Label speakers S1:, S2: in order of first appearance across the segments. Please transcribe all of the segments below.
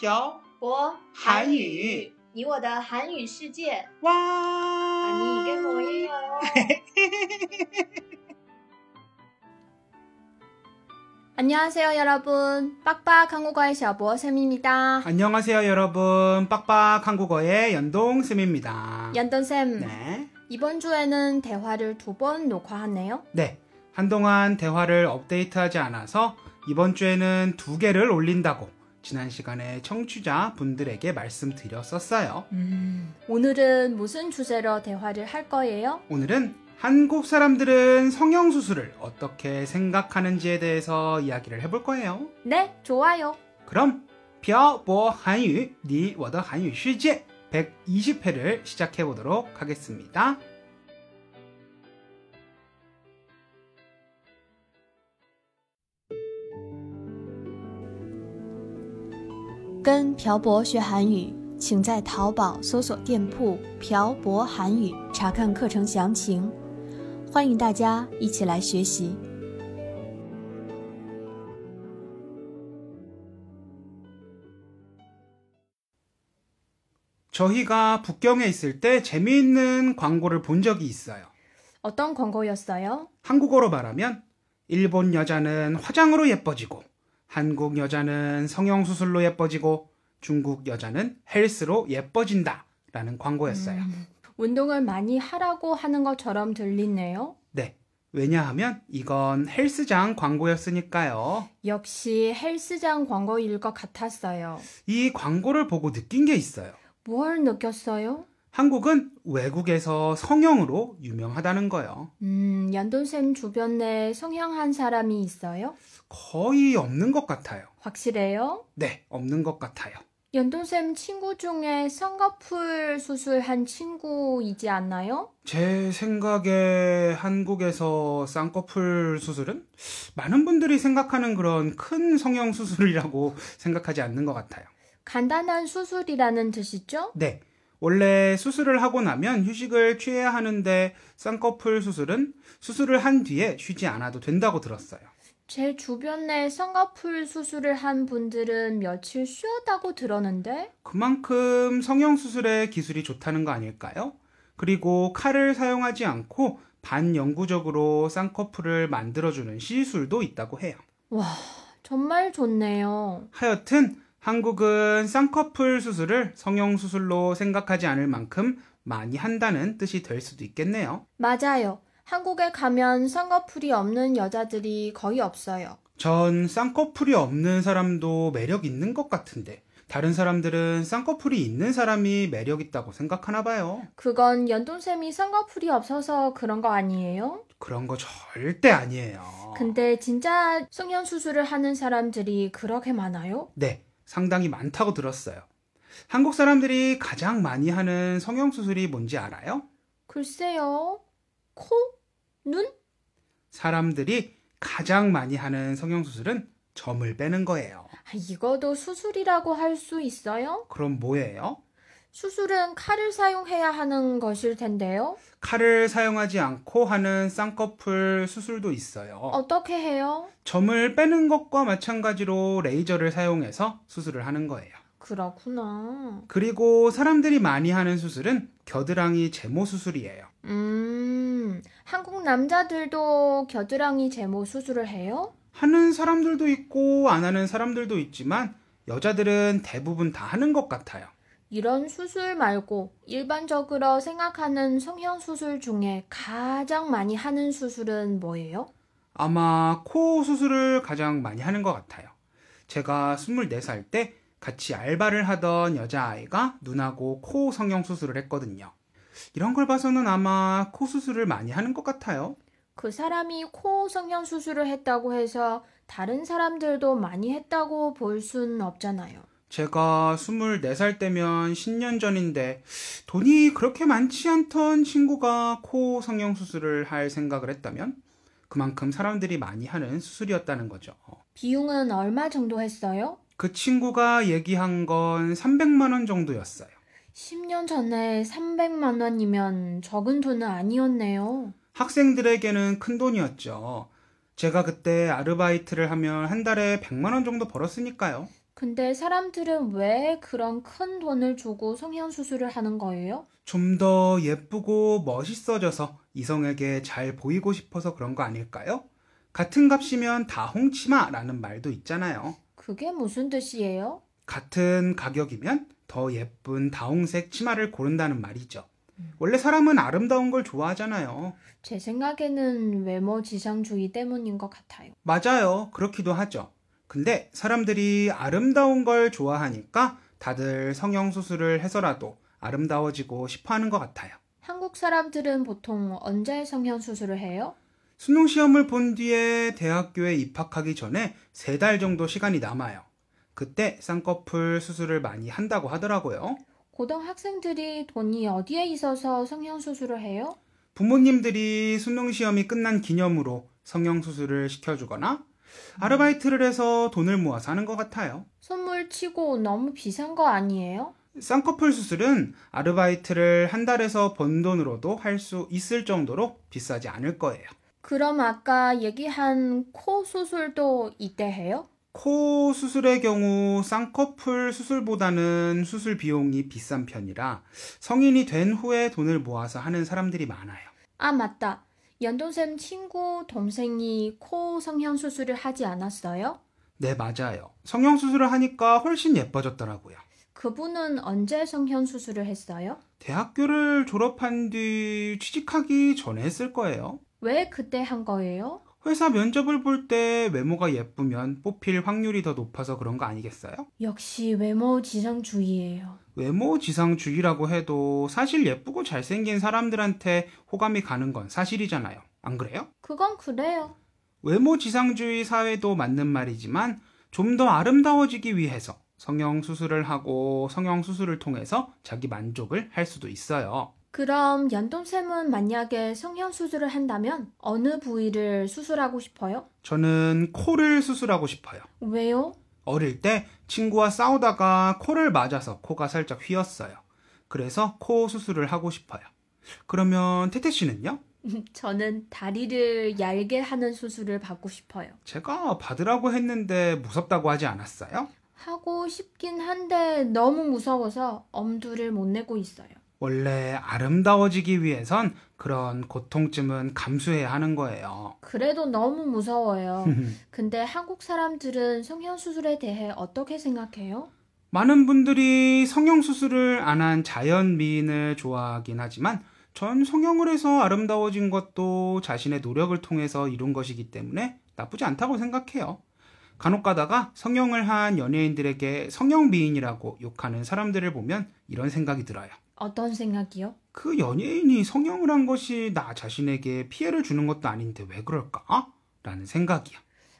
S1: 교
S2: 뭐
S1: 韩语
S2: 你我的韩语世界，啊
S1: 와
S2: 아니 이게 뭐예요? 안녕하세요 여러분. 빡빡 한국어의 小博 쌤입니다.
S1: 안녕하세요 여러분 빡빡 한국어의 연동쌤입니다
S2: 연돈 쌤,
S1: 네.
S2: 이번 주에는 대화를 두 번 녹화하네요.
S1: 네 한동안 대화를 업데이트하지 않아서 이번 주에는 두 개를 올린다고 지난 시간에 청취자 분들에게 말씀드렸었어요
S2: 오늘은 무슨 주제로 대화를 할 거예요?
S1: 오늘은 한국 사람들은 성형수술을 어떻게 생각하는지에 대해서 이야기를 해볼 거예요
S2: 네, 좋아요.
S1: 그럼 벼보 한유 니 워더 한유 실제 120회를 시작해 보도록 하겠습니다.
S3: 跟朴博学韩语，请在淘宝搜索店铺“朴博韩语”查看课程详情。欢迎大家一起来学习。
S1: 저희가 북경에 있을 때 재미있는 광고를 본 적이 있어요.
S2: 어떤 광고였어요?
S1: 한국어로 말하면 일본 여자는 화장으로 예뻐지고 한국 여자는 성형수술로 예뻐지고 중국 여자는 헬스로 예뻐진다 라는 광고였어요.
S2: 음. 운동을 많이 하라고 하는 것처럼 들리네요.
S1: 네. 왜냐하면 이건 헬스장 광고였으니까요.
S2: 역시 헬스장 광고일 것 같았어요.
S1: 이 광고를 보고 느낀 게 있어요.
S2: 뭘 느꼈어요?
S1: 한국은 외국에서 성형으로 유명하다는 거예요.
S2: 음, 연돈쌤 주변에 성향한 사람이 있어요?
S1: 거의 없는 것 같아요.
S2: 확실해요?
S1: 네, 없는 것 같아요.
S2: 연돈쌤 친구 중에 쌍꺼풀 수술한 친구이지 않나요?
S1: 제 생각에 한국에서 쌍꺼풀 수술은 많은 분들이 생각하는 그런 큰 성형 수술이라고 생각하지 않는 것 같아요.
S2: 간단한 수술이라는 뜻이죠?
S1: 네. 원래 수술을 하고 나면 휴식을 취해야 하는데 쌍꺼풀 수술은 수술을 한 뒤에 쉬지 않아도 된다고 들었어요.
S2: 제 주변에 쌍꺼풀 수술을 한 분들은 며칠 쉬었다고 들었는데
S1: 그만큼 성형수술의 기술이 좋다는 거 아닐까요? 그리고 칼을 사용하지 않고 반영구적으로 쌍꺼풀을 만들어주는 시술도 있다고 해요.
S2: 정말 좋네요.
S1: 하여튼 한국은 쌍꺼풀 수술을 성형수술로 생각하지 않을 만큼 많이 한다는 뜻이 될 수도 있겠네요.
S2: 맞아요. 한국에 가면 쌍꺼풀이 없는 여자들이 거의 없어요.
S1: 전 쌍꺼풀이 없는 사람도 매력 있는 것 같은데 다른 사람들은 쌍꺼풀이 있는 사람이 매력 있다고 생각하나 봐요.
S2: 그건 연동쌤이 쌍꺼풀이 없어서 그런 거 아니에요?
S1: 그런 거 절대 아니에요.
S2: 근데 진짜 성형 수술을 하는 사람들이 그렇게 많아요?
S1: 네, 상당히 많다고 들었어요. 한국 사람들이 가장 많이 하는 성형수술이 뭔지 알아요?
S2: 글쎄요. 코? 눈?
S1: 사람들이 가장 많이 하는 성형수술은 점을 빼는 거예요.
S2: 아, 이거도 수술이라고 할 수 있어요?
S1: 그럼 뭐예요?
S2: 수술은 칼을 사용해야 하는 것일 텐데요.
S1: 칼을 사용하지 않고 하는 쌍꺼풀 수술도 있어요.
S2: 어떻게 해요?
S1: 점을 빼는 것과 마찬가지로 레이저를 사용해서 수술을 하는 거예요.
S2: 그렇구나.
S1: 그리고 사람들이 많이 하는 수술은 겨드랑이 제모 수술이에요.
S2: 음, 한국 남자들도 겨드랑이 제모 수술을 해요?
S1: 하는 사람들도 있고 안 하는 사람들도 있지만 여자들은 대부분 다 하는 것 같아요.
S2: 이런 수술 말고 일반적으로 생각하는 성형 수술 중에 가장 많이 하는 수술은 뭐예요?
S1: 아마 코 수술을 가장 많이 하는 것 같아요. 제가 24살 때 같이 알바를 하던 여자아이가 눈하고 코 성형 수술을 했거든요. 이런 걸 봐서는 아마 코 수술을 많이 하는 것 같아요.
S2: 그 사람이 코 성형 수술을 했다고 해서 다른 사람들도 많이 했다고 볼 순 없잖아요.
S1: 제가 24살 때면 10년 전인데 돈이 그렇게 많지 않던 친구가 코 성형 수술을 할 생각을 했다면 그만큼 사람들이 많이 하는 수술이었다는 거죠.
S2: 비용은 얼마 정도 했어요?
S1: 그 친구가 얘기한 건 300만 원 정도였어요.
S2: 10년 전에 300만 원이면 적은 돈은 아니었네요.
S1: 학생들에게는 큰 돈이었죠. 제가 그때 아르바이트를 하면 한 달에 100만 원 정도 벌었으니까요.
S2: 근데 사람들은 왜 그런 큰 돈을 주고 성형 수술을 하는 거예요?
S1: 좀 더 예쁘고 멋있어져서 이성에게 잘 보이고 싶어서 그런 거 아닐까요? 같은 값이면 다 홍치마라는 말도 있잖아요.
S2: 그게 무슨 뜻이에요?
S1: 같은 가격이면 더 예쁜 다홍색 치마를 고른다는 말이죠. 원래 사람은 아름다운 걸 좋아하잖아요.
S2: 제 생각에는 외모 지상주의 때문인 것 같아요.
S1: 맞아요. 그렇기도 하죠. 근데 사람들이 아름다운 걸 좋아하니까 다들 성형수술을 해서라도 아름다워지고 싶어 하는 것 같아요.
S2: 한국 사람들은 보통 언제 성형 수술을 해요?
S1: 수능 시험을 본 뒤에 대학교에 입학하기 전에 세 달 정도 시간이 남아요. 그때 쌍꺼풀 수술을 많이 한다고 하더라고요.
S2: 고등학생들이 돈이 어디에 있어서 성형 수술을 해요?
S1: 부모님들이 수능 시험이 끝난 기념으로 성형 수술을 시켜주거나 아르바이트를 해서 돈을 모아서 하는 것 같아요.
S2: 선물 치고 너무 비싼 거 아니에요?
S1: 쌍꺼풀 수술은 아르바이트를 한 달에서 번 돈으로도 할 수 있을 정도로 비싸지 않을 거예요.
S2: 그럼 아까 얘기한 코 수술도 이때 해요?
S1: 코 수술의 경우 쌍꺼풀 수술보다는 수술 비용이 비싼 편이라 성인이 된 후에 돈을 모아서 하는 사람들이 많아요.
S2: 아 맞다. 연동쌤 친구 동생이 코 성형 수술을 하지 않았어요?
S1: 네, 맞아요. 성형 수술을 하니까 훨씬 예뻐졌더라고요.
S2: 그분은 언제 성형 수술을 했어요?
S1: 대학교를 졸업한 뒤 취직하기 전에 했을 거예요.
S2: 왜 그때 한 거예요?
S1: 회사 면접을 볼 때 외모가 예쁘면 뽑힐 확률이 더 높아서 그런 거 아니겠어요?
S2: 역시 외모 지상주의예요.
S1: 외모 지상주의라고 해도 사실 예쁘고 잘생긴 사람들한테 호감이 가는 건 사실이잖아요. 안 그래요?
S2: 그건 그래요.
S1: 외모 지상주의 사회도 맞는 말이지만 좀 더 아름다워지기 위해서 성형 수술을 하고 성형 수술을 통해서 자기 만족을 할 수도 있어요.
S2: 그럼 연동쌤은 만약에 성형 수술을 한다면 어느 부위를 수술하고 싶어요?
S1: 저는 코를 수술하고 싶어요.
S2: 왜요?
S1: 어릴 때 친구와 싸우다가 코를 맞아서 코가 살짝 휘었어요. 그래서 코 수술을 하고 싶어요. 그러면 태태 씨는요?
S2: 저는 다리를 얇게 하는 수술을 받고 싶어요.
S1: 제가 받으라고 했는데 무섭다고 하지 않았어요?
S2: 하고 싶긴 한데 너무 무서워서 엄두를 못 내고 있어요.
S1: 원래 아름다워지기 위해선 그런 고통쯤은 감수해야 하는 거예요.
S2: 그래도 너무 무서워요. 근데 한국 사람들은 성형 수술에 대해 어떻게 생각해요?
S1: 많은 분들이 성형수술을 안 한 자연 미인을 좋아하긴 하지만 전 성형을 해서 아름다워진 것도 자신의 노력을 통해서 이룬 것이기 때문에 나쁘지 않다고 생각해요. 간혹 가다가 성형을 한 연예인들에게 성형 미인이라고 욕하는 사람들을 보면 이런 생각이 들어요.
S2: 어떤 생각이요?
S1: 그 연예인이 성형을 한 것이 나 자신에게 피해를 주는 것도 아닌데 왜 그럴까? 라는 생각이야.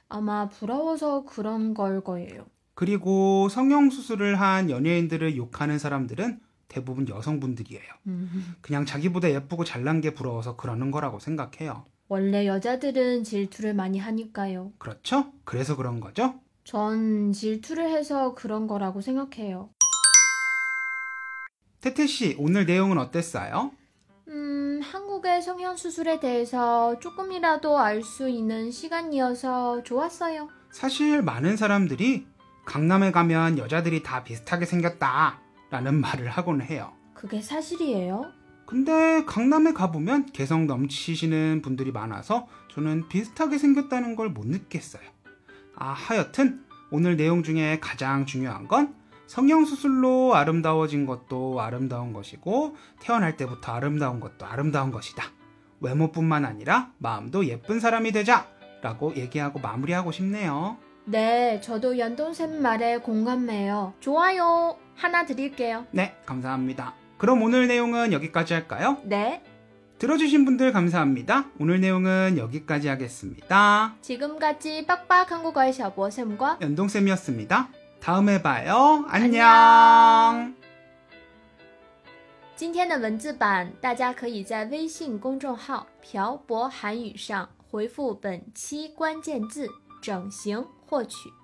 S2: 아마 부러워서 그런 걸 거예요.
S1: 그리고 성형 수술을 한 연예인들을 욕하는 사람들은 대부분 여성분들이에요.
S2: 음,
S1: 그냥 자기보다 예쁘고 잘난 게 부러워서 그러는 거라고 생각해요.
S2: 원래 여자들은 질투를 많이 하니까요.
S1: 그렇죠? 그래서 그런 거죠?
S2: 전 질투를 해서 그런 거라고 생각해요.
S1: 태태 씨, 오늘 내용은 어땠어요?
S2: 음, 한국의 성형 수술에 대해서 조금이라도 알 수 있는 시간이어서 좋았어요.
S1: 사실 많은 사람들이 강남에 가면 여자들이 다 비슷하게 생겼다 라는 말을 하곤 해요.
S2: 그게 사실이에요?
S1: 근데 강남에 가보면 개성 넘치시는 분들이 많아서 저는 비슷하게 생겼다는 걸 못 느꼈어요. 아, 하여튼 오늘 내용 중에 가장 중요한 건 성형수술로 아름다워진 것도 아름다운 것이고 태어날 때부터 아름다운 것도 아름다운 것이다. 외모뿐만 아니라 마음도 예쁜 사람이 되자! 라고 얘기하고 마무리하고 싶네요.
S2: 네, 저도 연돈샘 말에 공감해요. 좋아요. 하나 드릴게요.
S1: 네, 감사합니다. 그럼 오늘 내용은 여기까지 할까요?
S2: 네,
S1: 들어주신 분들 감사합니다. 오늘 내용은 여기까지 하겠습니다.
S2: 지금까지 빡빡 한국어의 샤보쌤과
S1: 연동쌤이었습니다. 다음에 봐요. 안녕.
S2: 안녕. 今天的文字版，大家可以在微信公众号“漂泊韩语”上回复本期关键字“整形”获取。